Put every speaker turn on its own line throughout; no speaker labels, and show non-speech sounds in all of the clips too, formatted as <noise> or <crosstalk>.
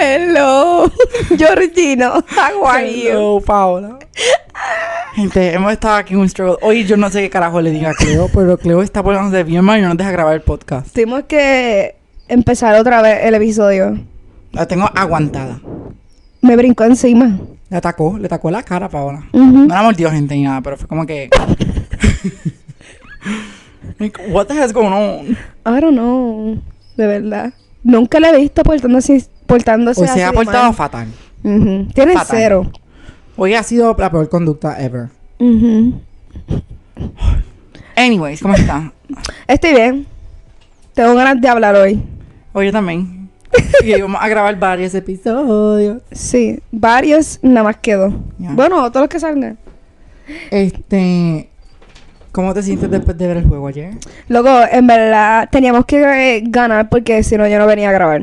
Hello, <laughs> Georgino. How are you?
Hello, Paola. Gente, hemos estado aquí en un struggle. Hoy yo no sé qué carajo le diga a Cleo, pero Cleo está poniéndose bien mal y no nos deja grabar el podcast.
Tuvimos que empezar otra vez el episodio.
La tengo aguantada.
Me brincó encima.
Le atacó, le atacó la cara a Paola.
Ujú.
No la mordió gente ni nada, pero fue como que. <laughs> Like, what the hell is going on?
I don't know. De verdad. Nunca la he visto portándose, portándose
Hoy se ha
así de
portado
mal.
fatal.
Ujú. Tiene
fatal.
cero.
Hoy ha sido la peor conducta ever.
Ujú.
Anyways, ¿cómo está?
Estoy bien. Tengo ganas de hablar hoy.
Hoy yo también. <laughs> Y vamos a grabar varios episodios.
Sí, varios nada más quedó.
Ya.
Bueno, todos los que salgan.
Este. ¿Cómo te sientes después de ver el juego ayer?
Loco, en verdad teníamos que eh, ganar porque si no yo no venía a grabar.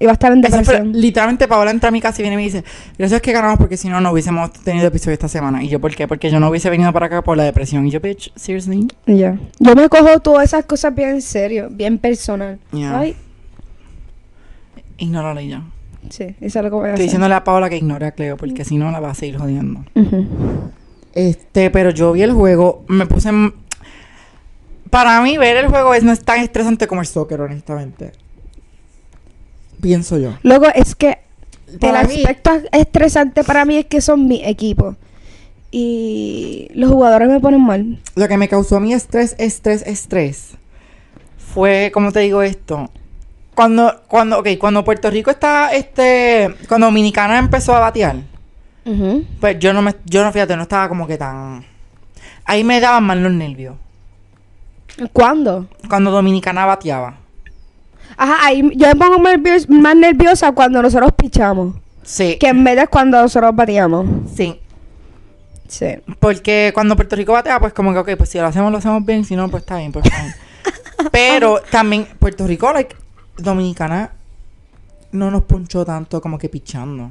Iba a estar en
Eso fue-
depresión.
literalmente Paola entra a mi casa y viene y me dice, gracias que ganamos porque si no, no hubiésemos tenido episodio esta semana. Y yo, ¿por qué? Porque yo no hubiese venido para acá por la depresión. Y yo, bitch, seriously.
Ya. Yo me cojo todas esas cosas bien en serio, bien personal.
Ya.
Ay,
Ignórala y ya.
sí, eso es lo que voy a
Estoy
hacer.
diciéndole a Paola que ignore a Cleo porque si no, la va a seguir jodiendo.
Ujú.
Este, pero yo vi el juego, me puse... m- Para mí, ver el juego es, no es tan estresante como el soccer, honestamente. Pienso yo.
Luego, es que
Para
el
mí-
aspecto estresante para mí es que son mi equipo. Y los jugadores me ponen mal.
lo que me causó a mí estrés, estrés, estrés, fue, ¿cómo te digo esto? Cuando, cuando, ok, cuando Puerto Rico está, este, cuando Dominicana empezó a batear,
Ujú.
pues yo no me, yo no, fíjate, no estaba como que tan, ahí me daban mal los nervios,
¿Cuándo?
cuando Dominicana bateaba.
Ajá, ahí yo me pongo nervios- más nerviosa cuando nosotros pichamos.
Sí,
Que en vez de cuando nosotros bateamos.
sí,
Sí.
porque cuando Puerto Rico batea, pues como que, ok, pues si lo hacemos, lo hacemos bien, si no, pues está bien, pues está bien. Pero también Puerto Rico, like, Dominicana no nos punchó tanto como que pichando.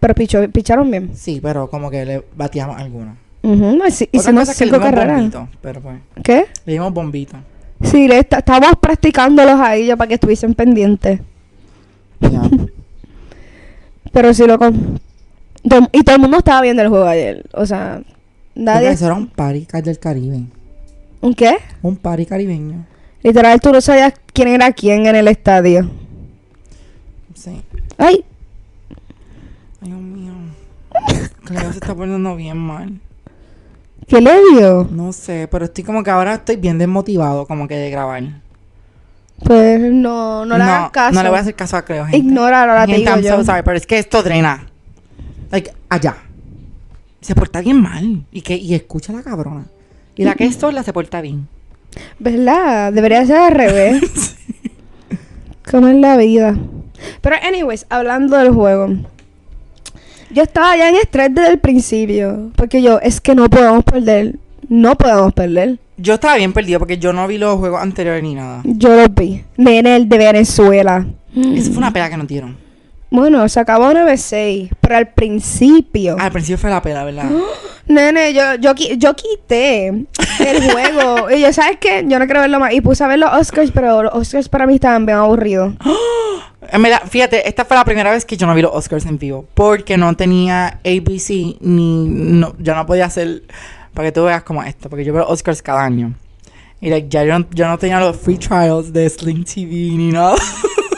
Pero pichó- picharon bien.
Sí, pero como que le bateamos alguna.
Ujú, sí,
Otra
Hicimos
cosa es que le
cinco
dimos
carreras.
bombito, pero pues,
¿Qué?
le dimos bombito.
Sí, le esta- estábamos practicándolos a ellos para que estuviesen pendientes. <laughs>
Ya.
Pero sí, loco. Todo- Y todo el mundo estaba viendo el juego ayer. O sea, nadie.
Eso era un party ca- del Caribe.
¿Un qué?
Un party caribeño.
Literal, tú no sabías quién era quién en el estadio.
Sí.
Ay,
Ay, Dios mío. Cleo se está poniendo bien mal.
¿qué le dio?
No sé, pero estoy como que ahora estoy bien desmotivado como que de grabar.
Pues no, no le hagas caso.
No le voy a hacer caso a Cleo, gente.
Ignóralo, ahora te
Gente,
digo
I'm
yo.
so sorry, pero es que esto drena. Like, allá. Se porta bien mal. Y, que, y escucha a la cabrona. Y la que es sola se porta bien.
¿Verdad? Debería ser al
<laughs>
revés. ¿Cómo es la vida? Pero, anyways, hablando del juego. Yo estaba ya en estrés desde el principio. Porque yo, es que no podemos perder. No podemos perder.
Yo estaba bien perdido porque yo no vi los juegos anteriores ni nada.
Yo los vi. Nene, el de Venezuela.
Eso fue una pela que nos dieron.
Bueno, se acabó 9-6. Pero al principio.
Al principio fue la pela, ¿verdad?
Nene, yo, yo, qui- yo quité el
<laughs>
juego. y yo, ¿sabes qué? Yo no quiero verlo más. Y puse a ver los Oscars, pero los Oscars para mí estaban bien aburridos.
En verdad, fíjate, esta fue la primera vez que yo no vi los Oscars en vivo. Porque no tenía ABC ni. No, yo no podía hacer. Para que tú veas como esto. Porque yo veo los Oscars cada año. Y like, ya yo no, yo no tenía los free trials de Sling TV ni nada. <laughs>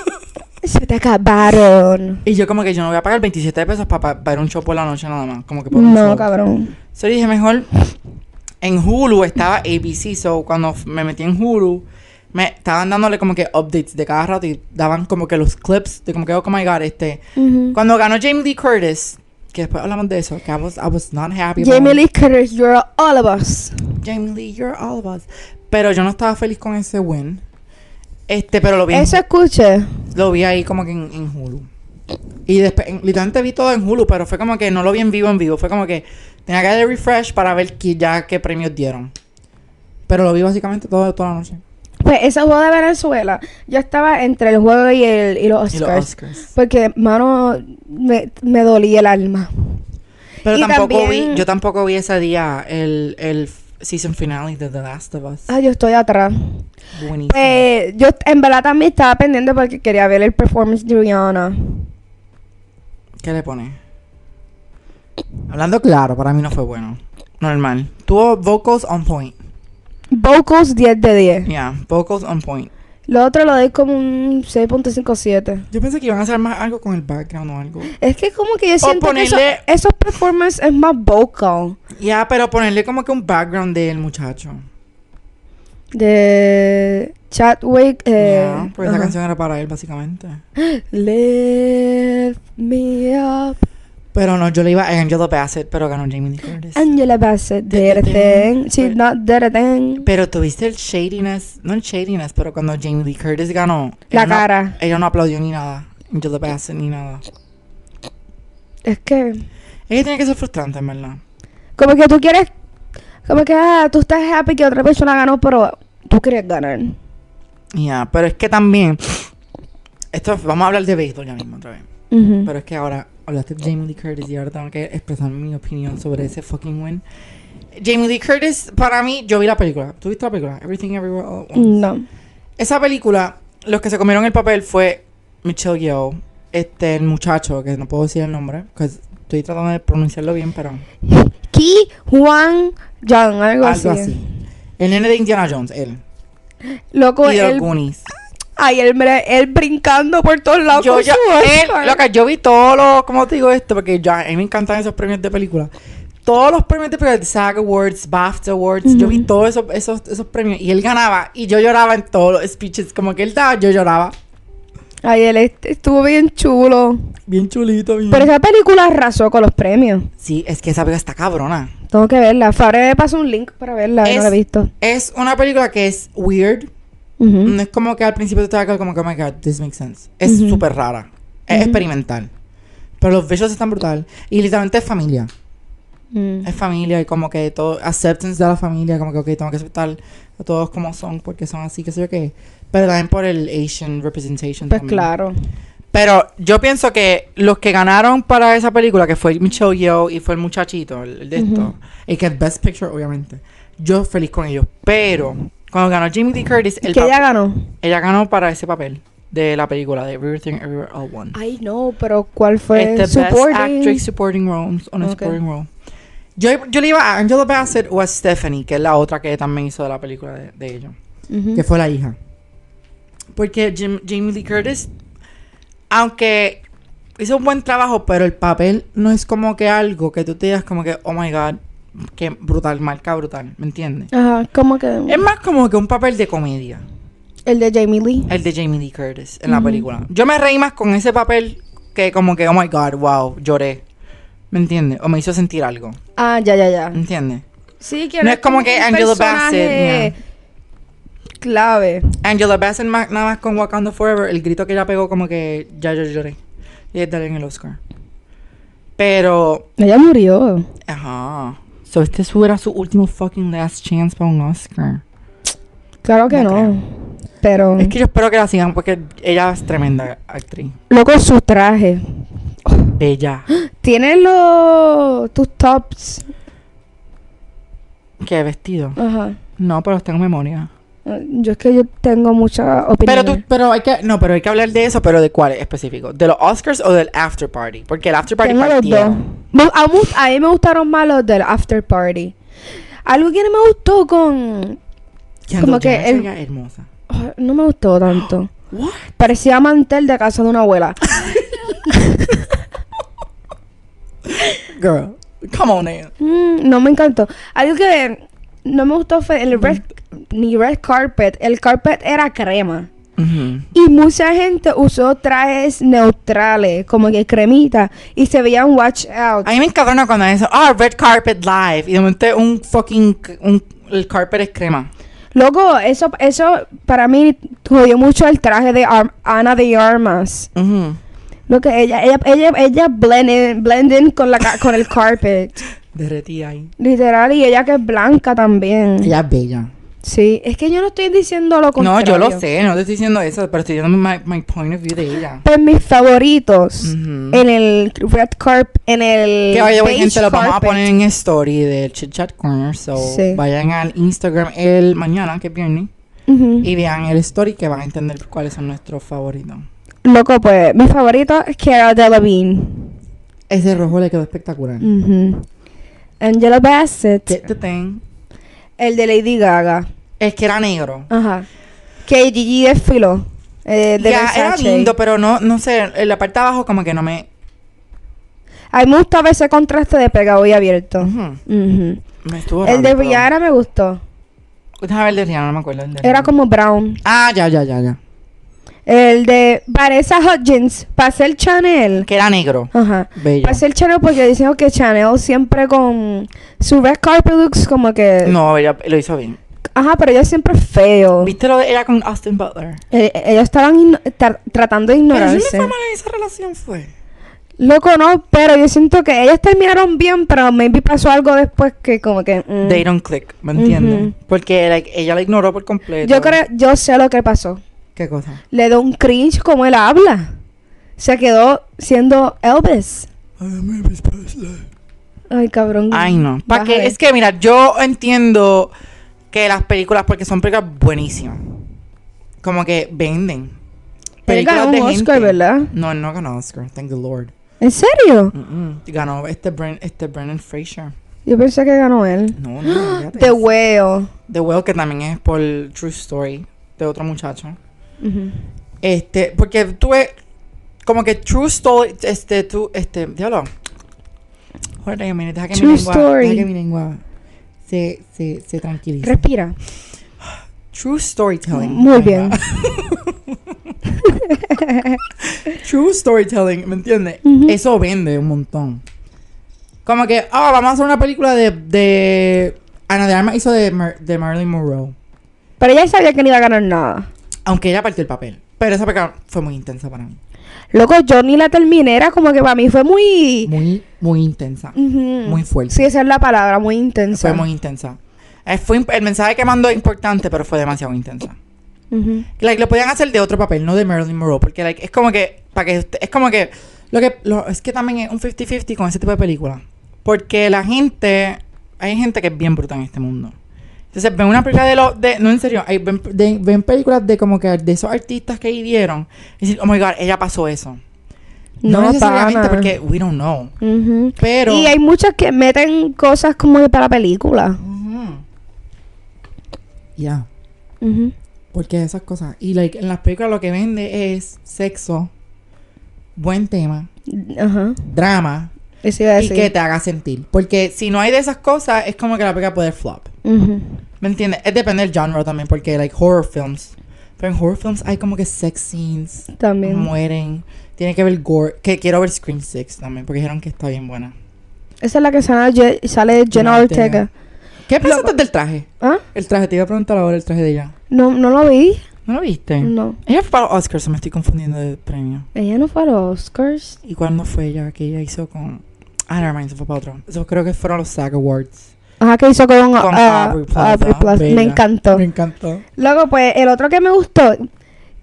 Se te acabaron.
Y yo como que yo no voy a pagar 27 pesos para, ver un show por la noche nada más. Como que por un
No,
show.
cabrón.
So dije, mejor en Hulu estaba ABC. So cuando f- me metí en Hulu, me estaban dándole como que updates de cada rato y daban como que los clips de como que, oh my god, este. Cuando ganó Jamie Lee Curtis, que después hablamos de eso, que I was, I was not happy. about
Jamie
it.
Lee Curtis, you're all of us.
Jamie Lee, you're all of us. Pero yo no estaba feliz con ese win. Este, pero lo vi, en-
Eso escuché.
lo vi ahí como que en, en Hulu. Y después, en- literalmente vi todo en Hulu, pero fue como que no lo vi en vivo en vivo. Fue como que tenía que darle refresh para ver que ya qué premios dieron. Pero lo vi básicamente todo, toda la noche.
Pues ese juego de Venezuela, yo estaba entre el juego y, el, y los
Y
Oscars.
los Oscars.
Porque, mano, me, me dolía el alma.
Pero
Y
tampoco
también-
vi, yo tampoco vi ese día el, el f- season finale de The Last of Us.
Ah, yo estoy atrás.
Buenísimo.
Pues yo en verdad también estaba pendiente porque quería ver el performance de Rihanna.
¿Qué le pone? Hablando claro, para mí no fue bueno. Normal. Tuvo vocals on point.
Vocals 10 de 10.
Yeah, vocals on point.
Lo otro lo doy como un 6.57.
Yo pensé que iban a hacer más algo con el background o algo.
Es que como que yo siento que
ponerle-
eso- esos performances es más vocal
Ya, pero ponerle como que un background del muchacho.
de Chadwick. Eh,
Yeah, porque esa
ajá.
canción era para él, básicamente.
Lift me up.
Pues, Pero no, yo le iba a Angela Bassett, pero ganó Jamie Lee Curtis.
Angela Bassett did a
Did a
thing.
thing.
She's
But-
not did a thing.
Pero tuviste el shadiness, no el shadiness, pero cuando Jamie Lee Curtis ganó.
La
ella no-
cara.
ella no aplaudió ni nada. Angela Bassett ni nada.
Es que.
Ella tiene que ser frustrante, en verdad.
Como que tú quieres. Como que ah, tú estás happy que otra persona ganó, pero tú quieres ganar.
Ya, pero es que también. Esto, vamos a hablar de béisbol ya mismo otra vez.
Ujú.
Pero pues, es que ahora hablaste de Jamie Lee Curtis y ahora tengo que expresar mi opinión sobre ese fucking win. Jamie Lee Curtis, para mí, yo vi la película. ¿Tú viste la película? Everything Everywhere All at Once.
No.
Esa película, los que se comieron el papel fue Michelle Yeoh, este, el muchacho, que no puedo decir el nombre, que estoy tratando de pronunciarlo bien, pero
Ki Juan John, algo,
algo
así.
así. El nene de Indiana Jones, él.
Loco,
y de los
él,
Goonies.
ay, él, mira, él brincando por todos lados.
Yo,
con
yo,
su
él,
Oscar.
loca, yo vi todos los, ¿cómo te digo esto? Porque yo, a mí me encantan esos premios de película. Todos los premios de película, SAG Awards, BAFTA Awards, yo vi todos esos, esos, esos premios y él ganaba y yo lloraba en todos los speeches, como que él daba, yo lloraba.
Ay, él est- estuvo bien chulo.
Bien chulito, bien.
Pero esa película arrasó con los premios.
Sí, es que esa película está cabrona.
Tengo que verla. Fabre me pasó un link para verla. yo No
Es-
la he visto.
Es una película que es weird.
Ujú.
No es como que al principio te estaba como que, oh my god, this makes sense. Es
Ujú.
súper rara. Es experimental. Pero los visuals están brutal. Y literalmente es familia.
Mm.
Es familia y como que todo, acceptance de la familia, como que, ok, tengo que aceptar a todos como son, porque son así, qué sé yo qué. Pero también por el Asian representation.
Pues
también.
claro.
Pero yo pienso que los que ganaron para esa película, que fue Michelle Yeoh y fue el muchachito, el, el de esto, y que es Best Picture, obviamente, yo feliz con ellos. Pero cuando ganó Jimmy D. Curtis, el
que
pap-
ella ganó.
ella ganó para ese papel de la película de Everything Everywhere All One.
Ay, no, pero ¿cuál fue?
Este,
Pues, Supporting.
Best Actress Supporting Roles on a
Ok.
Supporting Role. Yo, yo le iba a Angela Bassett o a Stephanie, que es la otra que también hizo de la película de, de ellos,
Ujú.
que fue la hija. Porque Jim- Jamie Lee Curtis, aunque hizo un buen trabajo, pero el papel no es como que algo que tú te digas como que, oh my god, que brutal, marca brutal, ¿me entiendes?
Ajá, como que.
Es más como que un papel de comedia.
El de Jamie Lee.
El de Jamie Lee Curtis en la película. Yo me reí más con ese papel que como que, oh my god, wow, lloré. ¿Me entiendes? O me hizo sentir algo.
Ah, ya, ya, ya.
¿Me entiendes?
Sí, que
No es como que
un
Angela
personaje
Bassett,
Clave.
Angela Bassett más- nada más con Wakanda Forever, el grito que ella pegó como que ya yo lloré. Y es darle en el Oscar. Pero,
Ella murió.
ajá. So este era su último fucking last chance para un Oscar.
Claro que
No
no. Pero.
Es que yo espero que la sigan porque ella es tremenda actriz.
Loco, su traje.
Bella. <gasps>
Tiene los. tus tops.
Qué vestido.
Ajá.
No, pero está en memoria.
Eh, Yo es que yo tengo mucha opinión.
Pero tú, pero hay que, no, pero hay que hablar de eso, pero de cuál específico, de los Oscars o del after party, porque el after party
Tengo los dos.
partieron.
Bu- A, mu- a mí me gustaron más los del after party. Algo que no me gustó con.
Kendall
Como que
Jenner
el-
sería hermosa.
Oh, no me gustó tanto.
What?
Parecía mantel de casa de una abuela.
Girl, come on, man.
Mm, no me encantó. Algo que no me gustó fue el red, ni red carpet. El carpet era crema. Y mucha gente usó trajes neutrales, como que cremita, y se veían watch out.
A mí me encabrona cuando dicen, ah, red carpet live, y de momento un fucking, un, el carpet es crema.
Loco, eso, eso para mí jodió mucho el traje de Ar- Ana de Armas. Lo que ella, ella, ella, ella blend in, blend in con, la, ca- con el carpet.
<laughs> Derretí ahí.
Literal, y ella que es blanca también.
Ella es bella.
Sí, es que yo no estoy diciendo lo
No,
contrario.
yo lo sé, no te estoy diciendo eso, pero estoy dando my, my point of view de ella.
Pues mis favoritos
Ujú.
en el red carpet, en el
Mm. Que vaya, güey,
beige
gente, lo vamos a
carpet.
poner en story del Chit Chat Corner. So,
Sí.
vayan al Instagram el mañana, que es viernes,
Ujú.
y vean el story que van a entender cuáles son nuestros favoritos.
Loco, pues, mi favorito es Cara Delevingne. Mm-hmm.
Ese rojo le quedó espectacular.
Ujú. Angela Bassett.
Te- te- ten.
El de Lady Gaga.
Es que era negro.
Ajá. Que Gigi desfiló. eh, de
Ya, era
Versace.
lindo, pero no, no sé, en la parte de abajo como que no me...
A mí me gustaba ese contraste de pegado y abierto.
Ujú,
Ujú.
Me estuvo
El
raro,
de
pero-
Rihanna me gustó.
Déjame ver el de Rihanna, no me acuerdo. el de
Era
Rihanna.
como brown.
Ah, ya, ya, ya, ya.
El de Vanessa Hudgens. Pasé el Chanel.
Que era negro.
Ajá.
Bello.
Pasé el Chanel porque dicen que Chanel siempre con su red carpet looks como que...
No, ella lo hizo bien.
Ajá, pero ella siempre es feo.
¿Viste lo de ella con Austin Butler?
Eh, ellos estaban igno- tra- tratando de
Pero eso
ignorarse.
no fue mala esa relación, fue.
Loco, no, pero yo siento que ellas terminaron bien, pero maybe pasó algo después que como que... mm.
They don't click, ¿me entiendes?
Ujú.
Porque like, ella la ignoró por completo.
yo creo, yo sé lo que pasó.
¿Qué cosa?
Le dio un cringe como él habla. Se quedó siendo Elvis. Ay, cabrón.
Ay, no. ¿Para
Bájale.
qué? Es que, mira, yo entiendo que las películas, porque son películas buenísimas, como que venden.
Él ganó un Oscar, ¿verdad?
No, él no ganó Oscar, thank the Lord.
¿En serio?
Mm-mm. Ganó este, Bren- este Brennan Fraser.
Yo pensé que ganó él.
No,
<gasps>
no, fíjate.
The Whale.
The Well, que también es por True Story, de otro muchacho. Este, porque tuve como que True Story, este, tú, este, diablo. Hold on a minute, deja que
True
mi lengua,
Story.
deja que mi lengua se, se, se tranquilice.
Respira.
True storytelling.
Muy bien. <laughs>
True storytelling, ¿me entiendes?
Ujú.
Eso vende un montón. Como que, ah, vamos a hacer una película de. de Ana de Armas hizo de, Mar- de Marilyn Monroe.
Pero ella sabía que no iba a ganar nada.
Aunque ella partió el papel. Pero esa película fue muy intensa para mí.
Loco, yo ni la terminé. Era como que para mí fue muy...
Muy, muy intensa.
Ujú.
Muy fuerte.
Mm. Sí, esa es la palabra, muy intensa.
Fue muy intensa. Eh, fue imp- el mensaje que mandó es importante, pero fue demasiado intensa.
Ujú.
Like, lo podían hacer de otro papel, no de Marilyn Monroe. Porque like, es como que. Para que usted- es como que. Lo que lo- es que también es un 50-50 con ese tipo de películas. Porque la gente. Hay gente que es bien bruta en este mundo. Entonces ven una película de los. De, no, en serio. hay- ven, de- ven películas de como que de esos artistas que vivieron. Y dicen, oh my god, ella pasó eso. No, necesariamente
pana.
porque we don't know.
Ujú.
Pero.
Y hay muchas que meten cosas como que para película.
Ujú. Ya.
Ujú.
Porque esas cosas. Y like, en las películas lo que vende es sexo, buen tema,
Ajá.
drama
Eso iba a
y
decir.
que te haga sentir. Porque si no hay de esas cosas, es como que la película puede flop.
Ujú.
¿Me entiendes? Es depende del genre también, porque like horror films. Pero en horror films hay como que sex scenes,
También.
mueren. Tiene que ver gore. Que quiero ver Scream 6 también, porque dijeron que está bien buena.
Esa es la que sale, Je- sale Jenna
Jenna
Ortega.
¿Qué pensaste del traje?
¿Ah?
El traje, te iba a preguntar ahora el traje de ella.
No, no lo vi.
¿No lo viste?
No.
Ella fue para los Oscars, me estoy confundiendo de premio.
Ella no fue a los Oscars.
¿Y cuándo fue ella que ella hizo con.? Ah, nevermind, eso fue para otro. Eso creo que fueron los SAG Awards.
Ajá, que hizo con,
Con
ah,
Aubrey Plaza,
Aubrey Plaza.
bella.
Me encantó.
Me encantó.
Luego, pues, el otro que me gustó,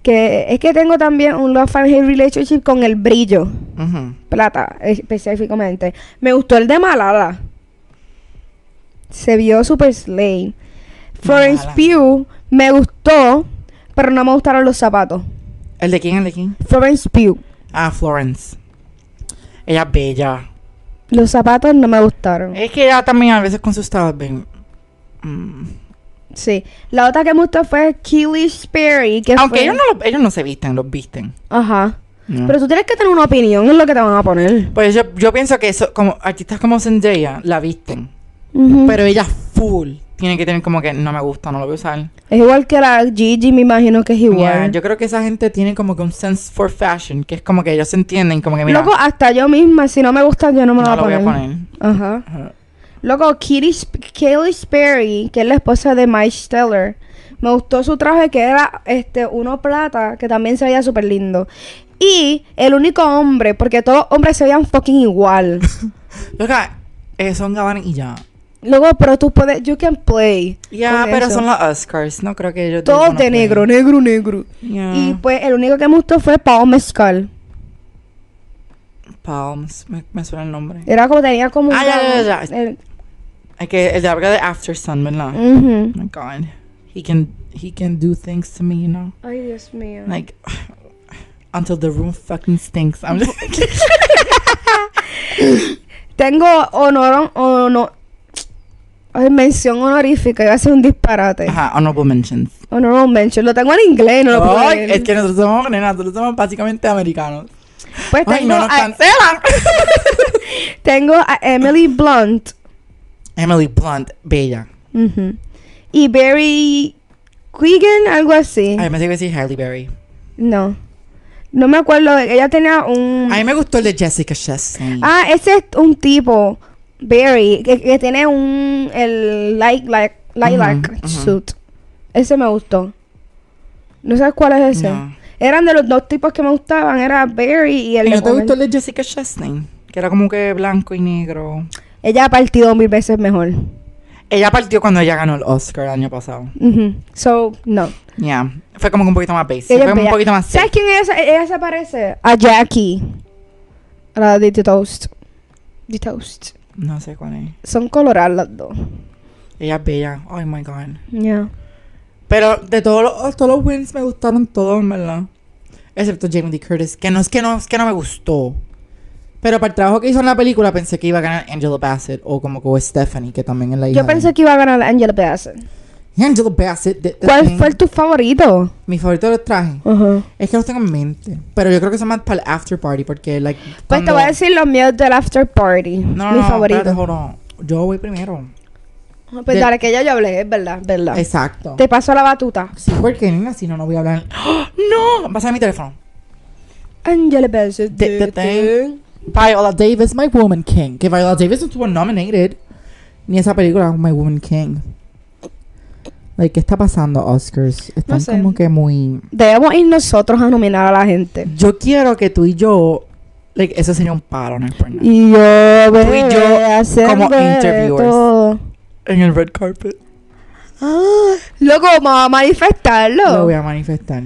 que es que tengo también un love and hate relationship con el brillo.
Ujú.
Plata, específicamente. Me gustó el de Malala. Se vio super slay. Florence
Malala.
Pugh me gustó, pero no me gustaron los zapatos.
¿El de quién? ¿El de quién?
Florence Pugh.
Ah, Florence. Ella es bella.
Los zapatos no me gustaron.
Es que ella también a veces con sus estados bien. mm.
Sí. La otra que me gustó fue Keely Sperry. Que
Aunque
fue-
ellos no, Mm. lo- ellos no se visten, los visten.
Ajá.
No.
Pero tú tienes que tener una opinión en lo que te van a poner.
pues yo, yo pienso que eso, como artistas como Zendaya la visten.
Ujú.
Pero ella full tiene que tener como que no me gusta, no lo voy a usar.
Es igual que la Gigi, me imagino que es igual.
Yeah, yo creo que esa gente tiene como que un sense for fashion, que es como que ellos se entienden, como que mira,
Loco, hasta yo misma, si no me gusta, yo no me
no
la
lo
voy a poner. Ajá.
Ajá.
Loco, Kitty Sp- Kelly Sperry, que es la esposa de Mike Steller, me gustó su traje que era este uno plata, que también se veía súper lindo. Y el único
<laughs>
hombre, porque todos los hombres se veían fucking igual.
Loca, eh, son Gabbana y ya.
Luego, pero tú puedes, you can play.
Ya, yeah,
con
pero
eso.
son los Oscars, no Mm. creo que ellos...
Todos
digan,
de
ok.
negro, negro, negro.
Yeah.
Y pues el único que me gustó fue Paul Mescal.
Palms, me, me suena el nombre.
Era como tenía como.
Ah,
una-
ya, ya, ya.
el-
Es que el de habla de After Sun, ¿verdad?
Ujú.
Oh my God. He can, he can do things to me, you know?
Ay, Dios mío.
Like, until the room fucking stinks. I'm <laughs> just
Tengo honor. honor ay, mención honorífica. Iba a ser un disparate.
Ajá, honorable mentions.
Honorable mention. Lo tengo en inglés, no lo puedo
Ay,
leer.
es que nosotros somos, nena, nosotros somos básicamente americanos.
Pues tengo,
Ay, no nos
a,
cancelan.
<laughs> tengo a Emily Blunt.
Emily Blunt, bella.
Ujú. Y Barry Quigan, algo así.
Ay, me sigue decir Halle Berry.
No. No me acuerdo. de- Ella tenía un.
A mí me gustó el de Jessica Chastain.
Ah, ese es un tipo, Barry, que, que tiene un. El lilac, lilac, lilac
ujú.
suit. Ese me gustó. ¿No sabes cuál es ese?
No.
Eran de los dos tipos que me gustaban. Era Barry y el.
¿Y
de
no te
con
gustó
el-
el de Jessica Chastain? Que era como que blanco y negro.
Ella ha partido mil veces mejor.
Ella partió cuando ella ganó el Oscar el año pasado.
Ujú. So, no.
Yeah. Fue como que un poquito más basic.
Ella
Fue
es
como un
bella.
poquito más
¿Sabes
safe.
quién es? esa? Ella se parece a Jackie. A la de The Toast. The Toast.
No sé cuál es.
Son coloradas las dos.
Ella es bella. Oh my god.
Yeah.
Pero de todos los, oh, todos los wins me gustaron todos, en verdad. Excepto Jamie Lee Curtis, que no es que no, es que no me gustó. Pero para el trabajo que hizo en la película pensé que iba a ganar Angela Bassett o como que o Stephanie, que también es la hija.
Yo pensé que iba a ganar Angela Bassett.
que... Angela Bassett. did the
¿Cuál
thing.
fue tu favorito?
Mi favorito de los trajes. Es que los tengo en mente. Pero yo creo que son más para el after party porque, like...
Pues te
cuando-
voy a decir los míos del after party.
No, no,
mi
no,
favorito.
espérate, hold on. Yo voy primero.
Ah, pues
De-
dale, que ya yo hablé, es verdad, verdad.
Exacto.
Ah. Te paso la batuta.
Sí, porque, nena, si no, no voy a hablar... <gasps> ¡Oh, ¡No! Pásame mi teléfono.
Angela Bassett.
The- the
du-
thing. Viola Davis, My Woman King. Que Viola Davis no estuvo nominated. Ni esa película, My Woman King. Like, ¿qué está pasando, Oscars? Están
sé.
como que muy...
Debemos ir nosotros a nominar a la gente.
Yo quiero que tú y yo... Like, eso sería un paro, no es por nada.
Y yo,
Tú y yo
bebé, hacer
como
de
interviewers.
todo.
En el red carpet.
Loco, vamos a manifestarlo.
Ah. Lo voy a manifestar.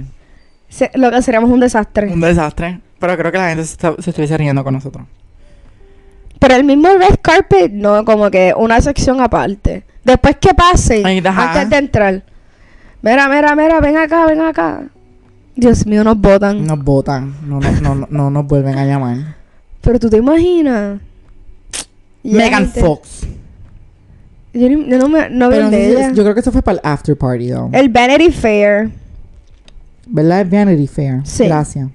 Se- lo que seríamos un desastre.
Un desastre. Pero creo que la gente se, está- se estuviese riendo con nosotros.
Pero el mismo red carpet, no, como que una sección aparte. Después que pase,
Ay, ajá.
antes de entrar. Mira, mira, mira, ven acá, ven acá. Dios mío, nos botan.
Nos botan. No, no, no, no, no nos vuelven a
<laughs>
llamar.
Pero tú te imaginas. Ya,
Megan
gente.
Fox.
Yo, ni- yo no me no veo
Pero
el
no sé
de
si-
ella.
yo creo que eso fue para el after party, though.
El Vanity Fair.
¿Verdad? El Vanity Fair.
Sí.
Gracias.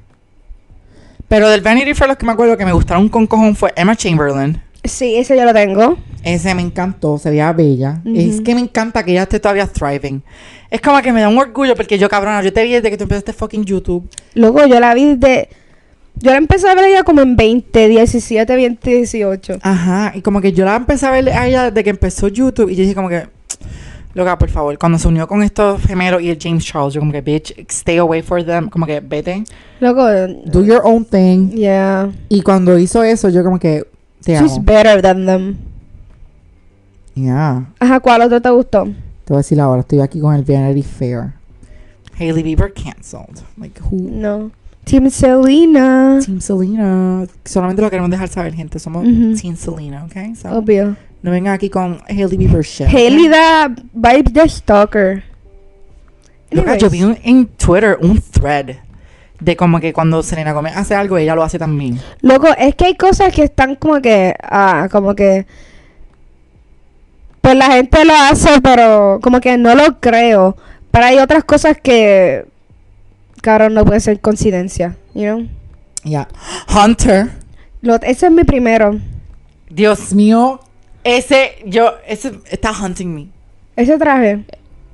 Pero del Vanity Fair los que me acuerdo que me gustaron con cojón fue Emma Chamberlain.
Sí, ese yo lo tengo.
Ese me encantó, se veía bella.
Ujú.
Es que me encanta que ella esté todavía thriving. Es como que me da un orgullo porque yo, cabrona, yo te vi desde que tú empezaste fucking YouTube.
Luego yo la vi de. Yo la empecé a ver ella como en 20, 17, 20, 18.
Ajá, y como que yo la empecé a ver a ella desde que empezó YouTube y yo dije como que, loca, por favor, cuando se unió con estos gemelos y el James Charles, yo como que, bitch, stay away for them, como que vete.
Loco.
Do your own thing.
Yeah.
Y cuando hizo eso, yo como que, te
She's
amo.
better than them.
Yeah.
Ajá, ¿cuál otro te gustó?
Te voy a decir ahora, estoy aquí con el Vanity Fair. Hailey Bieber canceled. Like, who?
No. Team Selena.
Team Selena. Solamente lo queremos dejar saber, gente. Somos
Ujú.
Team Selena, ¿ok? So,
Obvio.
No vengan aquí con Hailey Bieber shit. ¿ok?
Hailey da vibe de stalker.
Loca, yo vi
Anyways.
un- en Twitter un thread de como que cuando Selena Gomez hace algo, ella lo hace también.
Loco, es que hay cosas que están como que. Ah, como que. Pues la gente lo hace, pero como que no lo creo. Pero hay otras cosas que. Claro, no puede ser coincidencia, you know?
Ya. Hunter.
Lo- ese es mi primero.
Dios mío. Ese, yo, ese está hunting me.
Ese traje.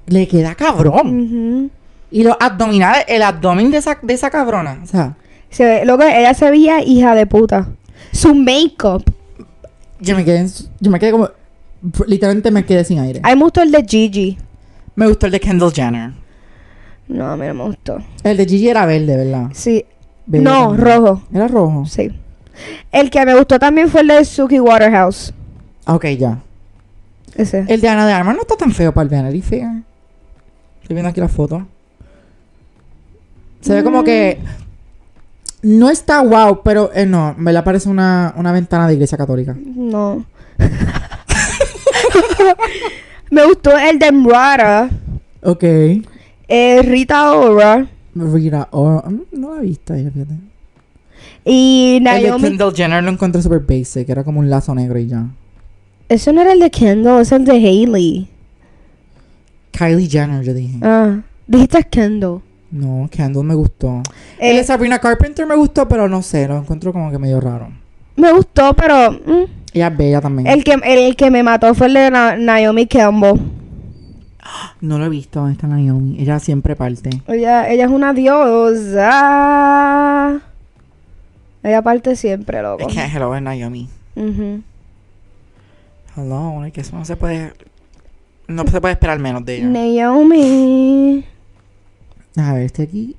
Le queda cabrón.
Ujú.
Y los abdominales, el abdomen de esa, de esa cabrona. O sea,
Se ve- loco, ella se veía hija de puta. Su make-up.
yo me quedé, en su- yo me quedé como, literalmente me quedé sin aire.
A mí me gustó el de Gigi.
Me gustó el de Kendall Jenner.
No, a mí no me gustó.
El de Gigi era verde, ¿verdad?
Sí.
Verde
no,
también.
rojo.
Era rojo.
Sí. El que me gustó también fue el de Suki Waterhouse.
Ah, Ok, ya.
Ese.
El de Ana de Armas no está tan feo para el Vanity Fair. Estoy viendo aquí la foto. Se ve como que. No está wow, pero eh, no, me la parece una, una ventana de iglesia católica.
No. <laughs> Me gustó el de Mrata.
Ok.
eh, Rita Ora.
Rita Ora. mm, No la he visto ella, fíjate.
Y
El de
Naomi.
Kendall Jenner lo encontré super basic, era como un lazo negro y ya.
Eso no era el de Kendall, es el de Hailey.
Kylie Jenner, yo dije.
Ah, dijiste Kendall.
No, Kendall me gustó.
Eh,
el de Sabrina Carpenter me gustó, pero no sé, lo encuentro como que medio raro.
me gustó, pero. mm,
Ella es bella también.
el, que, el que me mató fue el de Na- Naomi Campbell.
No lo he visto, esta Naomi. Ella siempre parte.
Ella, ella es una diosa. Ella parte siempre, loco.
<laughs> Es que hello es Naomi.
Ujú.
Hello, es que eso no se puede. No se puede esperar menos de ella.
Naomi.
A ver, este aquí.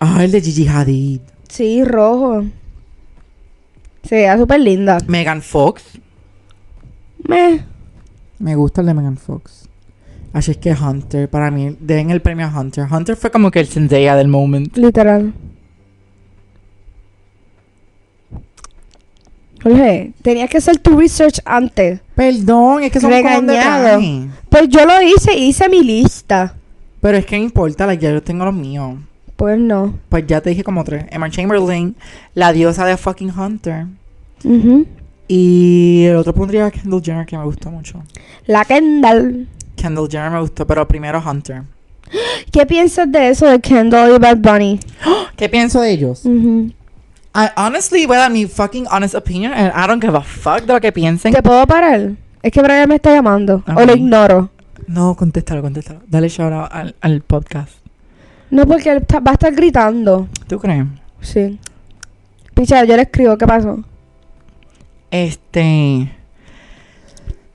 Ah, el de Gigi Hadid.
Sí, rojo. Se veía súper linda.
Megan Fox.
Meh.
Me gusta el de Megan Fox. Así es que Hunter, para mí, den el premio a Hunter. Hunter fue como que el Zendaya del moment.
Literal. Jorge, tenías que hacer tu research antes.
Perdón, es que son
Regañado. Pues yo lo hice, hice mi lista.
Pero es que no importa, like, ya yo tengo los míos.
Pues no.
Pues ya te dije como tres. Emma Chamberlain, la diosa de fucking Hunter.
Ujú.
Y el otro pondría a Kendall Jenner, que me gustó mucho.
La Kendall.
Kendall Jenner me gustó, pero primero Hunter.
¿Qué piensas de eso de Kendall y Bad Bunny?
¿Qué pienso de ellos?
Ujú.
I honestly voy a dar mi fucking honest opinion and I don't give a fuck de lo que piensen.
¿Te puedo parar? Es que Brian me está llamando. O
Ok.
lo ignoro.
No, contéstalo, contéstalo. Dale shout out al, al podcast.
No, porque él ta- va a estar gritando.
¿Tú crees?
Sí. Picha, yo le escribo, ¿qué pasó?
Este.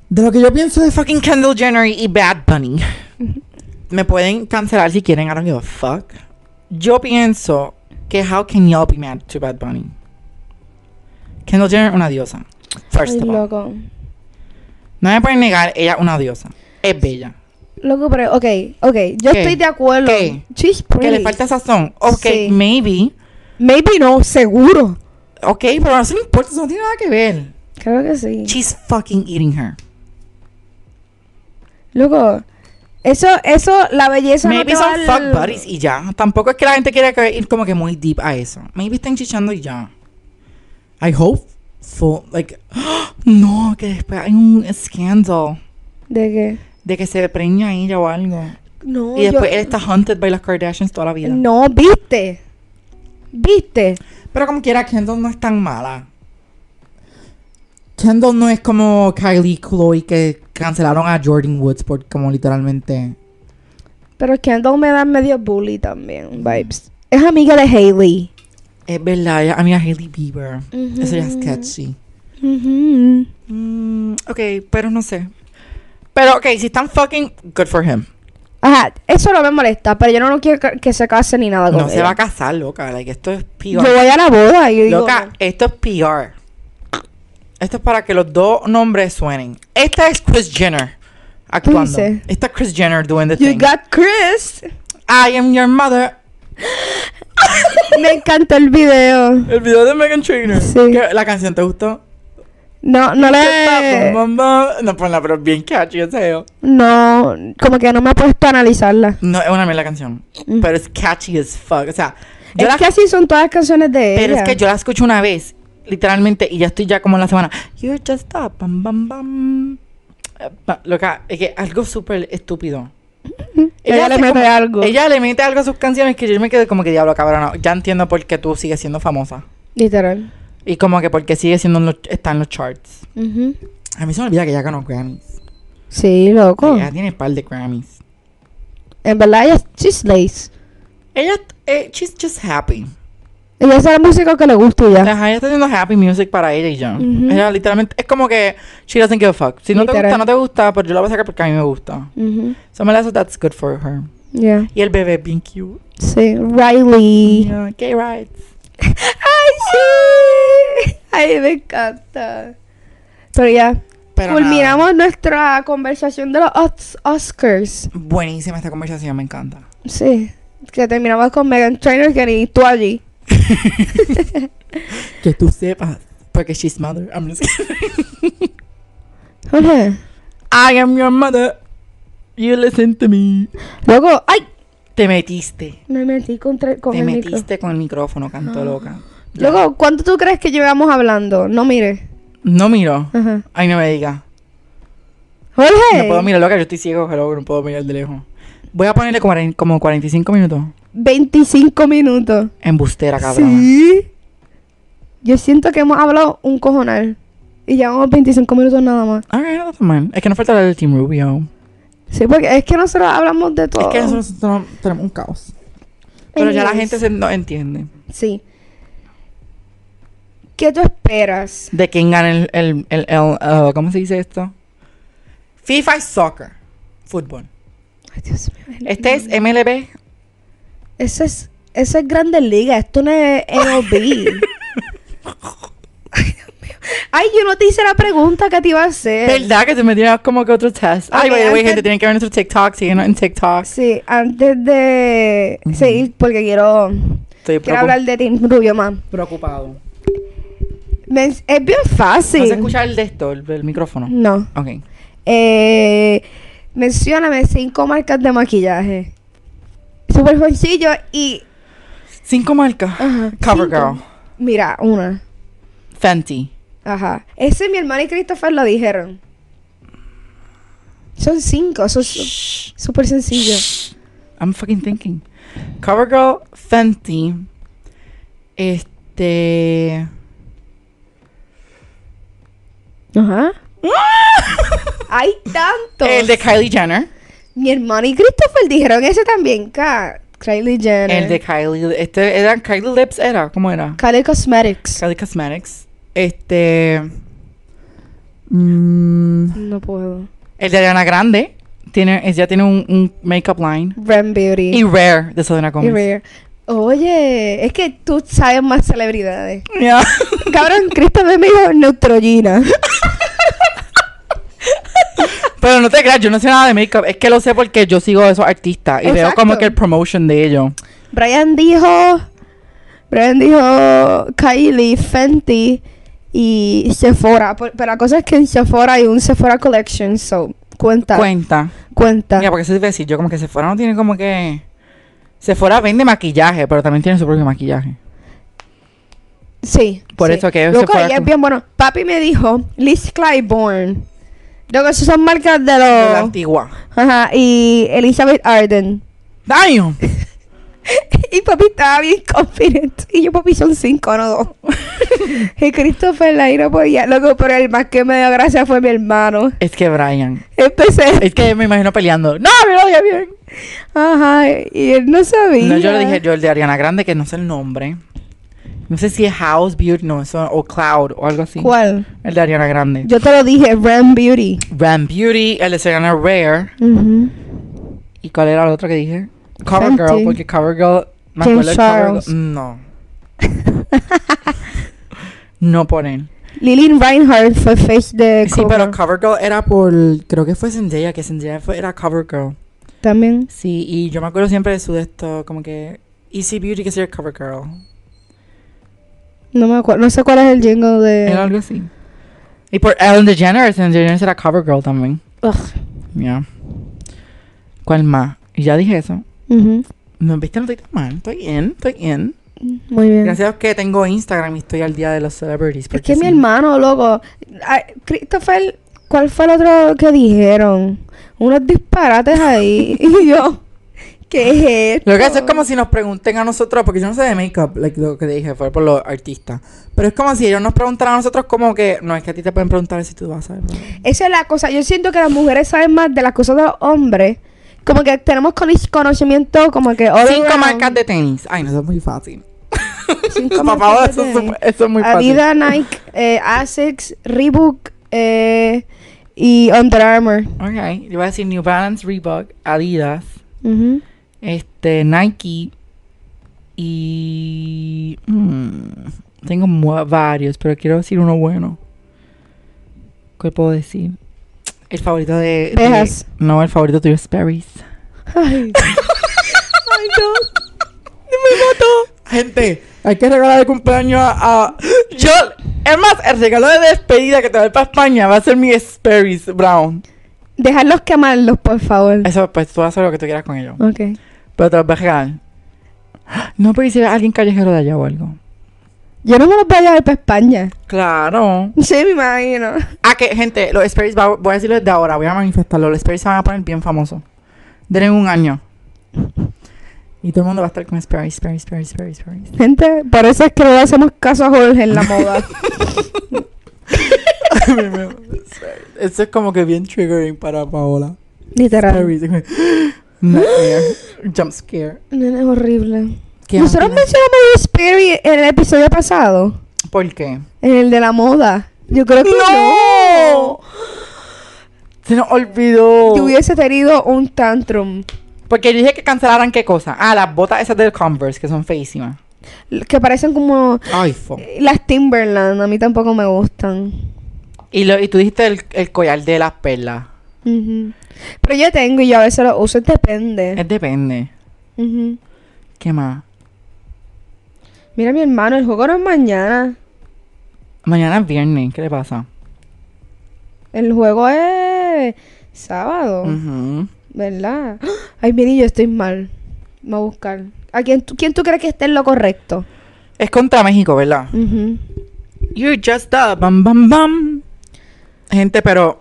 De lo que yo pienso de fucking Kendall Jenner y Bad <laughs> Bunny. Me pueden cancelar si quieren, I don't give a fuck. Yo pienso que how can y'all be mad to Bad Bunny? Kendall Jenner, una diosa. First
Ay,
of all.
loco.
No me pueden negar, ella es una diosa. Es bella.
Loco, pero, ok, ok. Yo
¿Qué?
estoy de acuerdo.
¿Qué?
She's
Que le
pretty.
falta sazón. Ok,
Sí.
maybe.
Maybe no, seguro.
Ok, pero eso no importa, eso no tiene nada que ver.
Creo que sí.
She's fucking eating her.
Loco, eso, eso, la belleza no
Maybe
te va
son
al-
fuck buddies y ya. Tampoco es que la gente quiera que- ir como que muy deep a eso. Maybe están chichando y ya. I hope. for- like, <gasps> no, que después hay un scandal
¿De qué?
de que se preña ella o algo.
No,
Y después él está hunted by las Kardashians toda la vida.
No, viste. Viste.
Pero como quiera, Kendall no es tan mala. Kendall no es como Kylie Chloe que cancelaron a Jordan Woods por como literalmente.
Pero Kendall me da medio bully también, vibes. Es amiga de Hailey.
Es verdad, ella- a mí a Hailey Bieber. Eso ya es sketchy.
Ujú.
Mm, ok, pero no sé. Pero ok, si están fucking, good for him.
Ajá, eso no me molesta, pero yo no quiero ca- que se case ni nada con
No se
ella.
va a casar, loca. Like, esto es
Yo
PR.
voy a la boda y digo...
Loca, esto es PR. Esto es para que los dos nombres suenen. Esta es Chris Jenner actuando.
dices?
Esta es Chris Jenner doing the
You
thing.
got Chris. <laughs>
I am your mother.
Me encantó el video.
El video de Megan Trainor.
Sí. Eh.
¿Qué- ¿La canción te gustó?
No, no le...
Bum, bum, bum. No, ponla, pero es bien catchy, en serio.
No, como que no me he puesto a analizarla.
No, es una mierda canción.
Mm.
Pero es catchy as fuck. O sea, yo
Es
la
que así son todas las canciones de
Pero
ella.
es que yo la escucho una vez, literalmente, y ya estoy ya como en la semana. You're just a bam bam bam. Eh, pa- Loca, es que algo súper estúpido.
<laughs> Ella le
hace
mete
como-
algo.
Ella le mete algo a sus canciones que yo me quedé como que diablo, cabrón. Ya entiendo por qué tú sigues siendo famosa.
Literal.
Y como que porque sigue siendo en los, está en los charts.
Ujú.
A mí se me olvida que ella ganó Grammys.
Sí, loco.
Ella tiene un par de Grammys.
En verdad, ella es she's lace.
Ella, eh, she's just happy.
Ella hace la música que le gusta y ya.
Ajá, ella está haciendo happy music para ella y ya.
Ujú.
Ella literalmente, es como que she doesn't give a fuck. Si no te
Literal.
gusta, no te gusta, pero yo la voy a sacar porque a mí me gusta.
Ujú.
So me la hace, that's good for her.
Ya.
Y el bebé es bien cute.
Sí, Riley.
Yeah, gay rights.
¡Ay, sí! Ay, me encanta. Pero ya.
Pero
Culminamos nuestra conversación de los Os- Oscars.
nada, Buenísima esta conversación, me encanta.
Sí. Que terminamos con Megan Trainor que ni tú allí.
Que tú sepas. Porque she's mother. I'm just kidding.
Jorge.
<laughs> I am your mother. You listen to me.
Luego, ¡ay!
Te metiste.
Me metí con, tre- con
Te
el micro.
metiste con el Ah. micrófono, canto loca. Ya.
Luego, ¿cuánto tú crees que llevamos hablando? No mire.
No miro.
Ajá.
Ay, no me diga.
Jorge.
No puedo mirar, loca. Yo estoy ciego, hello, no puedo mirar de lejos. Voy a ponerle cuaren- como 45 minutos.
25 minutos.
Embustera, cabrón.
Sí. Yo siento que hemos hablado un cojonal. Y llevamos 25 minutos nada más.
Ah, no está mal. Es que nos falta la del Team Rubio.
Sí, porque es que nosotros hablamos de todo.
Es que nosotros tenemos- tenemos un caos. Pero ya la
Anyways.
gente se no entiende.
Sí. ¿Qué tú esperas?
De quién gana el, el, el, el, uh, ¿Cómo se dice esto? FIFA es soccer. Fútbol.
Ay, Dios mío.
Este es MLB.
Eso es, eso es Grande Liga. Esto no es
<laughs>
MLB. Ay, Dios mío. Ay, yo no te hice la pregunta que te iba a hacer.
¿Verdad que te metieron como que otro test?
Ok,
Ay, by the way,
antes-
gente, tienen que ver nuestro TikTok. Síguenos en TikTok.
Sí, antes de seguir, porque quiero,
Estoy
quiero
preocup-
hablar de Tim Rubio más.
preocupado.
Me- es bien fácil.
¿No se escucha el de esto, el, el micrófono?
No.
Ok.
Eh, mencióname cinco marcas de maquillaje. Súper sencillo y...
Cinco marcas.
ajá,
CoverGirl.
cinco. Mira, una.
Fenty.
Ajá. Ese mi hermano y Christopher lo dijeron. Son cinco, son su-
Shh.
súper sencillo.
Shh. I'm fucking thinking. CoverGirl, Fenty. Este.
Ajá. Hay tantos.
<laughs> El de Kylie Jenner.
Mi hermano y Christopher dijeron ese también. Ka Kylie Jenner.
El de Kylie. Este era Kylie Lips, era. ¿Cómo era?
Kylie Cosmetics.
Kylie Cosmetics. Este. mm,
No puedo.
el de Ariana Grande. Tiene, ella tiene un, un makeup line.
Brand Beauty.
Y Rare de Selena
Y
Gomez.
Rare. Oye, es que tú sabes más celebridades.
Yeah.
Cabrón, Christopher me dijo Neutrogena.
Pero no te creas, yo no sé nada de makeup. Es que lo sé porque yo sigo a esos artistas y veo como
Exacto.
que el promotion de ellos.
Brian dijo. Brian dijo Kylie, Fenty y Sephora. Por- Pero la cosa es que en Sephora hay un Sephora Collection, so cuenta.
Cuenta.
cuenta.
Mira, porque eso te iba a decir, yo como que se fuera no tiene como que. Se fuera vende maquillaje, pero también tiene su propio maquillaje.
Sí.
Por
sí.
eso que
Loco,
Sephora
ella es
como-
bien bueno. Papi me dijo Liz Claiborne. Loco, esas son marcas de
De la
los.
antigua.
Ajá. Y Elizabeth Arden.
¡Daño!
Y papi estaba bien confident. Y yo, papi, son cinco, no
<laughs>
dos. y Christopher la no podía. Loco, pero el más que me dio gracia fue mi hermano.
Es que Brian.
Empecé.
Es que me imagino peleando. ¡No, me lo odia bien!
Ajá. Y él no sabía.
No, yo le dije yo el de Ariana Grande, que no sé el nombre. No sé si es House Beauty, no, eso, o Cloud, o algo así.
¿Cuál?
El de Ariana Grande.
Yo te lo dije, Ram Beauty.
Ram Beauty, el de Selena Rare.
Ujú.
¿Y cuál era el otro que dije? Cover
Fenty.
Girl, porque Cover Girl. Me
James
acuerdo de Cover
Charles.
Girl- No. <laughs> no por él.
Lillian Reinhardt fue face de.
Sí,
Cobra.
pero Cover Girl era por. Creo que fue Zendaya, que Zendaya fue, era Cover Girl.
También.
Sí, y yo me acuerdo siempre de su de esto, como que. Easy Beauty, que sería Cover Girl.
No me acuerdo. No sé cuál es el jingle de.
Era algo así. Y por Ellen DeGeneres, Ellen DeGeneres era Cover Girl también.
Ugh.
Ya. ¿Cuál más? Y ya dije eso.
Ujú.
No, viste, no estoy tan mal. Estoy en, estoy en.
Muy bien.
Gracias a que tengo Instagram y estoy al día de los celebrities.
Es
porque
que mi
sí.
hermano, loco. Ay, Christopher, ¿cuál fue el otro que dijeron? Unos disparates ahí. <laughs> y yo, ¿qué es esto?
Lo que eso es como si nos pregunten a nosotros, porque yo no sé de make-up, like, lo que te dije fue por los artistas. Pero es como si ellos nos preguntaran a nosotros como que, no, es que a ti te pueden preguntar si tú vas a saber. ¿verdad?
Esa es la cosa. Yo siento que las mujeres saben más de las cosas de los hombres. Como que tenemos cono- conocimiento como que... all
Cinco
around.
marcas de tenis. Ay, no, eso es muy fácil.
<laughs>
<laughs>
Cinco
Papá,
marcas
eso,
de
es súper- eso es muy fácil.
Adidas, Nike, eh, Asics, Reebok eh, y Under Armour.
Ok, yo voy a decir New Balance, Reebok, Adidas,
Ujú.
este, Nike y... mm, tengo mu- varios, pero quiero decir uno bueno. ¿Cuál puedo decir? El favorito de... de-
Texas.
no, el favorito tuyo es <laughs> Paris.
Ay.
<laughs>
Ay, no.
¡Me mató! Gente, hay que regalar de cumpleaños a... a- Yo... Es más, el regalo de despedida que te va a ir para España va a ser mi Sperry's Brown.
Dejarlos quemarlos, por favor.
Eso, pues tú haces lo que tú quieras con ellos.
Ok.
Pero te los vas a regalar. No, pero ¿y si ve a alguien callejero de allá o algo.
Yo no me los voy a llevar para España.
Claro.
Sí, me imagino.
Ah, que, gente, los Sperry's, va- voy a decirlo desde ahora, voy a manifestarlo. Los Sperry's se van a poner bien famosos. Denle un año. Y todo el mundo va a estar con Sperry's, Sperry's, Sperry's, Sperry's, <laughs> Sperry's.
Gente, por eso es que no le hacemos caso a Jorge en la <laughs> moda.
Eso es como que bien triggering para Paola.
Literal.
Sperry's. Nightmare. Jump scare.
Nena, es horrible.
¿Qué
Nosotros
más
mencionamos a Sperry en el episodio pasado.
tiene? ¿Por qué?
En el de la moda. Yo creo que no.
¡No! Se nos olvidó.
Yo hubiese tenido un tantrum.
Porque yo dije que cancelaran qué cosa. Ah, las botas esas del Converse, que son feísimas.
Que parecen como eh,
Ay, fuck.
las Timberland. A mí tampoco me gustan.
Y, lo, y tú dijiste el, el collar de las perlas.
Ujú. Pero yo tengo y yo a veces lo uso. Depende.
Es depende.
Ujú.
¿Qué más?
Mira, mi hermano, el juego no es mañana.
Mañana es viernes, ¿qué le pasa?
El juego es sábado,
Ujú.
¿verdad? <gasps> Ay, mire, yo estoy mal. Voy a buscar. ¿A quién tú, quién tú crees que esté en lo correcto?
Es contra México, ¿verdad?
Ujú.
You just a bam bam bam. Gente, pero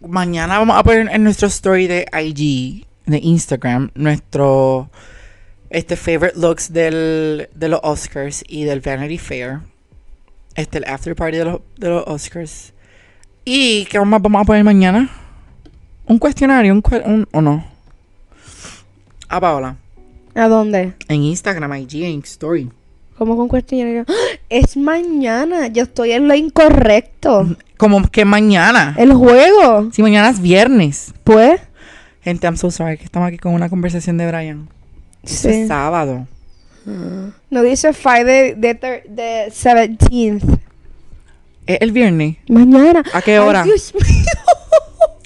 mañana vamos a poner en nuestro story de IG, de Instagram, nuestro este favorite looks del, de los Oscars y del Vanity Fair. Este, el after party de los, de los Oscars. ¿Y qué más vamos a poner mañana? ¿Un cuestionario? Un, cue- un- ¿O no? A Paola.
¿A dónde?
En Instagram, IG, en Story.
¿Cómo con cuestionario? ¡Ah! <gasps> Es mañana. Yo estoy en lo incorrecto.
<laughs> Como que mañana.
El juego.
Si mañana es viernes.
Pues.
Gente, I'm so sorry que estamos aquí con una conversación de Brian.
Sí.
Esto Es sábado.
No dice Friday the, thir- the 17th.
¿Es el viernes?
Mañana.
¿A qué hora?
Ay, Dios mío. <laughs>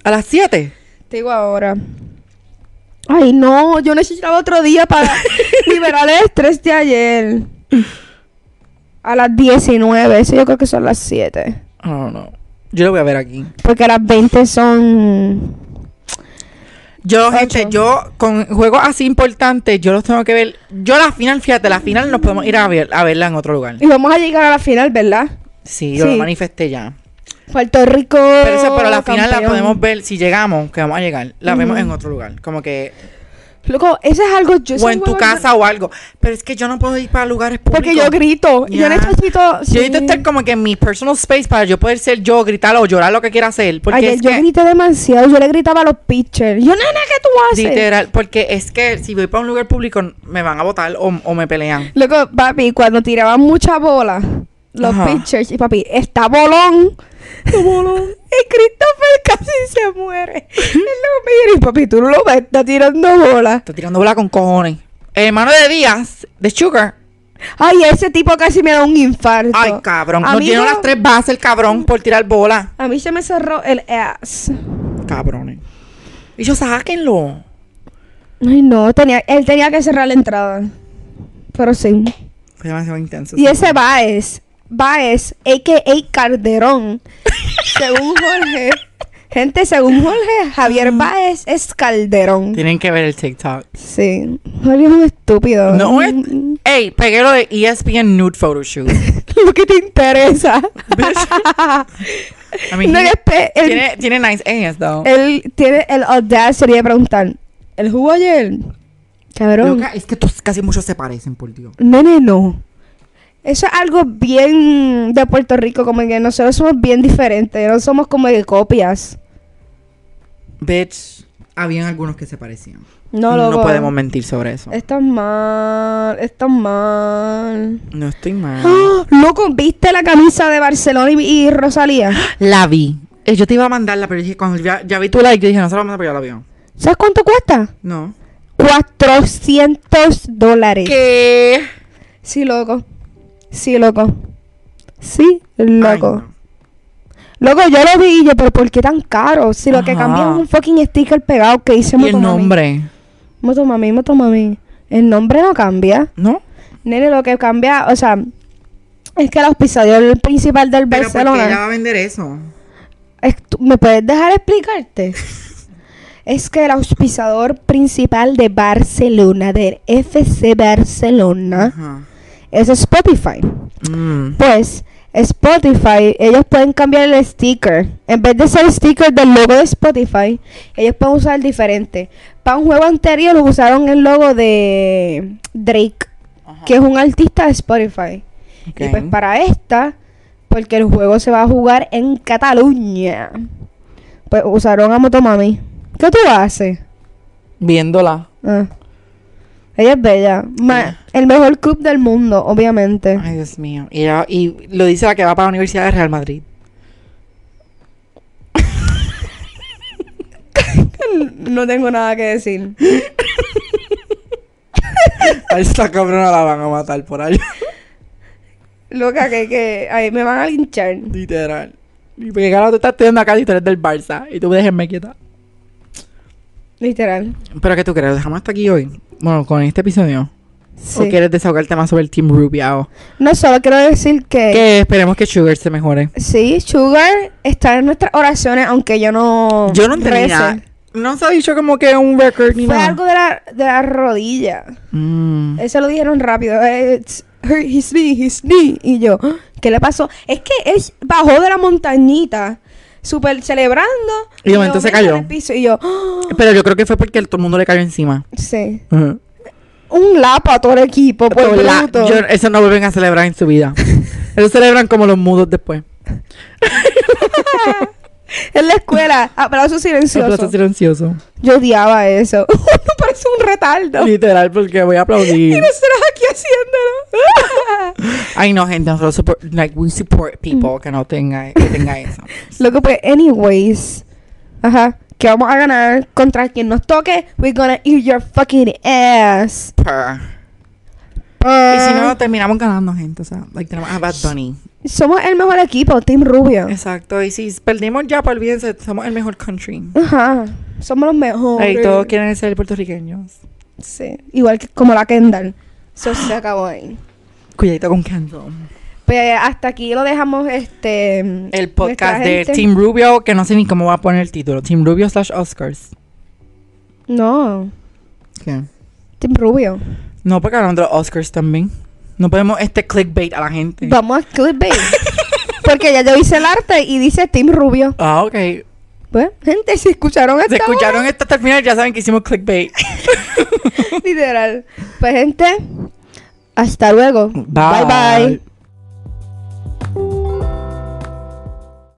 ¿A las 7?
Te digo ahora. Ay, no, yo necesitaba otro día para
<laughs>
liberar el estrés de ayer. A las 19, eso yo creo que son las 7.
I don't know. Yo lo voy a ver aquí.
Porque a las 20 son.
Yo,
Ocho.
gente, yo con juegos así importantes, yo los tengo que ver. Yo la final, fíjate, la final nos podemos ir a, ver, a verla en otro lugar.
Y vamos a llegar a la final, ¿verdad?
Sí, yo
Sí.
lo manifesté ya.
Puerto Rico.
Pero, eso, pero la final la
campeón.
podemos ver, si llegamos, que vamos a llegar, la vemos
Ujú.
en otro lugar. Como que,
Loco, eso es algo. Yo
o
soy
en tu
huevona
casa o algo. Pero es que yo no puedo ir para lugares públicos.
Porque yo grito.
Ya.
Yo necesito.
Yo
sí.
necesito estar como que en mi personal space para yo poder ser yo, gritar o llorar lo que quiera hacer. Porque
Ayer
es
yo
que,
grité demasiado. Yo le gritaba a los pitchers. Yo, nena, ¿qué tú haces?
literal, porque es que si voy para un lugar público me van a votar o, o me pelean.
Loco, papi, cuando tiraban mucha bola, los
Ajá.
pitchers, y papi, está bolón. bolón. <laughs> y Christopher casi se muere. <laughs> Él lo mira y papi, tú no lo ves, está tirando bola.
Está tirando bola con cojones. El hermano de Díaz, de Sugar.
Ay, ese tipo casi me da un infarto.
Ay, cabrón. Nos
Amigo,
dieron las tres bases el cabrón por tirar bola.
A mí se me cerró el ass.
Cabrones. Y yo, sáquenlo.
Ay, no, tenía, él tenía que cerrar la entrada. Pero sí.
Fue demasiado intenso.
Y ese Baez, Baez, a.k.a. Calderón, <laughs> según Jorge, gente, según Jorge, Javier Baez es Calderón.
Tienen que ver el TikTok.
Sí, Jorge es un estúpido. Mm,
No es. Ey, pegué lo de E ESPN
<laughs>
Nude Photoshoot.
Lo que te interesa.
I mean,
No,
he-
que espe- el-
tiene, tiene nice ass, though.
Él tiene el audacity de preguntar, ¿el jugó ayer? Cabrón,
Loca, es que todos casi muchos se parecen, por Dios.
nene, no. Eso es algo bien de Puerto Rico, como que nosotros somos bien diferentes, no somos como de copias.
Bitch, habían algunos que se parecían.
No, loco.
podemos mentir sobre eso.
Estás mal, estás mal.
No estoy mal.
¡Ah! Loco, ¿viste la camisa de Barcelona y, y Rosalía?
La vi. Eh, yo te iba a mandarla, pero dije, cuando ya, ya vi tu like, yo dije, no se la mando, pero ya la vio.
¿Sabes cuánto cuesta?
No.
400 dólares.
¿Qué?
Sí, loco. Sí, loco. Sí, loco.
Ay, no.
Loco, yo lo vi y yo, pero ¿por qué tan caro? Si lo que
Ajá.
cambian es un fucking sticker pegado que dice
Y el
Motomami.
nombre,
Motomami, Motomami. El nombre no cambia.
¿no?
Nene, lo que cambia, o sea, es que el auspiciador principal del
Pero porque
Barcelona.
ella va a vender eso.
Es- tú- ¿Me puedes dejar explicarte? es que el auspiciador principal de Barcelona, del FC Barcelona,
Ajá.
es Spotify.
Mm.
Pues, Spotify, ellos pueden cambiar el sticker. En vez de ser sticker del logo de Spotify, ellos pueden usar diferente. Para un juego anterior usaron el logo de Drake,
Ajá.
que es un artista de Spotify. Y
Ok.
pues para esta, porque el juego se va a jugar en Cataluña, pues usaron a Motomami. ¿Qué tú haces?
Viéndola.
Ah. Ella es bella. Ma-
Ella.
El mejor club del mundo, obviamente.
Ay, Dios mío. Y, ella- y lo dice la que va para la Universidad de Real Madrid.
<laughs> No tengo nada que decir.
A esta cabrona la van a matar por allá.
Loca, que, que ay, me van a linchar.
<laughs> Literal. Y porque claro, tú estás estudiando acá y tú eres del Barça. Y tú déjenme quieta.
Literal.
Pero ¿qué tú crees? ¿Lo dejamos hasta aquí hoy? Bueno, con este episodio.
Sí.
¿O quieres desahogarte más sobre el Team Rubiao?
No solo quiero decir que,
Que esperemos que Sugar se mejore.
sí, Sugar está en nuestras oraciones, aunque yo no.
Yo no entendí
rezo.
nada. No se ha dicho como que un record ni
Fue
nada.
algo de la, de la rodilla.
Mm.
Eso lo dijeron rápido. eh, It's her- his knee, his knee. Y yo, "Ah, ¿qué le pasó? Es que él bajó de la montañita, súper celebrando.
Y de momento
lo
se
veo en
cayó.
el piso, y yo, "Ah".
Pero yo creo que fue porque el- todo el mundo le cayó encima.
sí.
Ujú.
Un lapo a todo el equipo, por
Todo la-
bruto.
yo- eso no vuelven a celebrar en su vida. Eso celebran como los mudos después.
en la escuela, aplauso
El
silencioso.
plazo silencioso.
Yo odiaba eso. <laughs> Uno parece un retardo.
Literal, porque voy
<laughs>
a
Y
aplaudir.
nosotros aquí haciéndolo. <laughs>
Ay, no, gente, nosotros support, like, we support people que no tenga, que tenga eso.
Loco, pues, anyways. Ajá. Que vamos a ganar contra quien nos toque. We're gonna eat your fucking ass.
Purr. Y si
Ah,
no, terminamos ganando, gente. O sea, like, tenemos a Bad Bunny.
Somos el mejor equipo, Team Rubio.
Exacto. Y si perdimos ya, pues olvídense, somos el mejor country.
Ajá. Somos los mejores.
Ahí todos quieren ser puertorriqueños.
Sí. Igual que como la Kendall.
Ah.
Eso se acabó ahí.
Cuidadito con Kendall.
Pues hasta aquí lo dejamos este.
El
nuestra
podcast de
gente.
Team Rubio, que no sé ni cómo va a poner el título. Team Rubio slash Oscars.
No.
¿Qué?
Team Rubio.
No, porque hablando de los Oscars también. No podemos este clickbait a la gente.
Vamos a
<laughs>
clickbait. Porque ya yo hice el arte y dice Team Rubio.
Ah, ok.
Pues, gente, si escucharon hasta
Se escucharon
ahora,
esto hasta el final, ya saben que hicimos clickbait.
<laughs> literal. Pues, gente, hasta luego. bye. bye.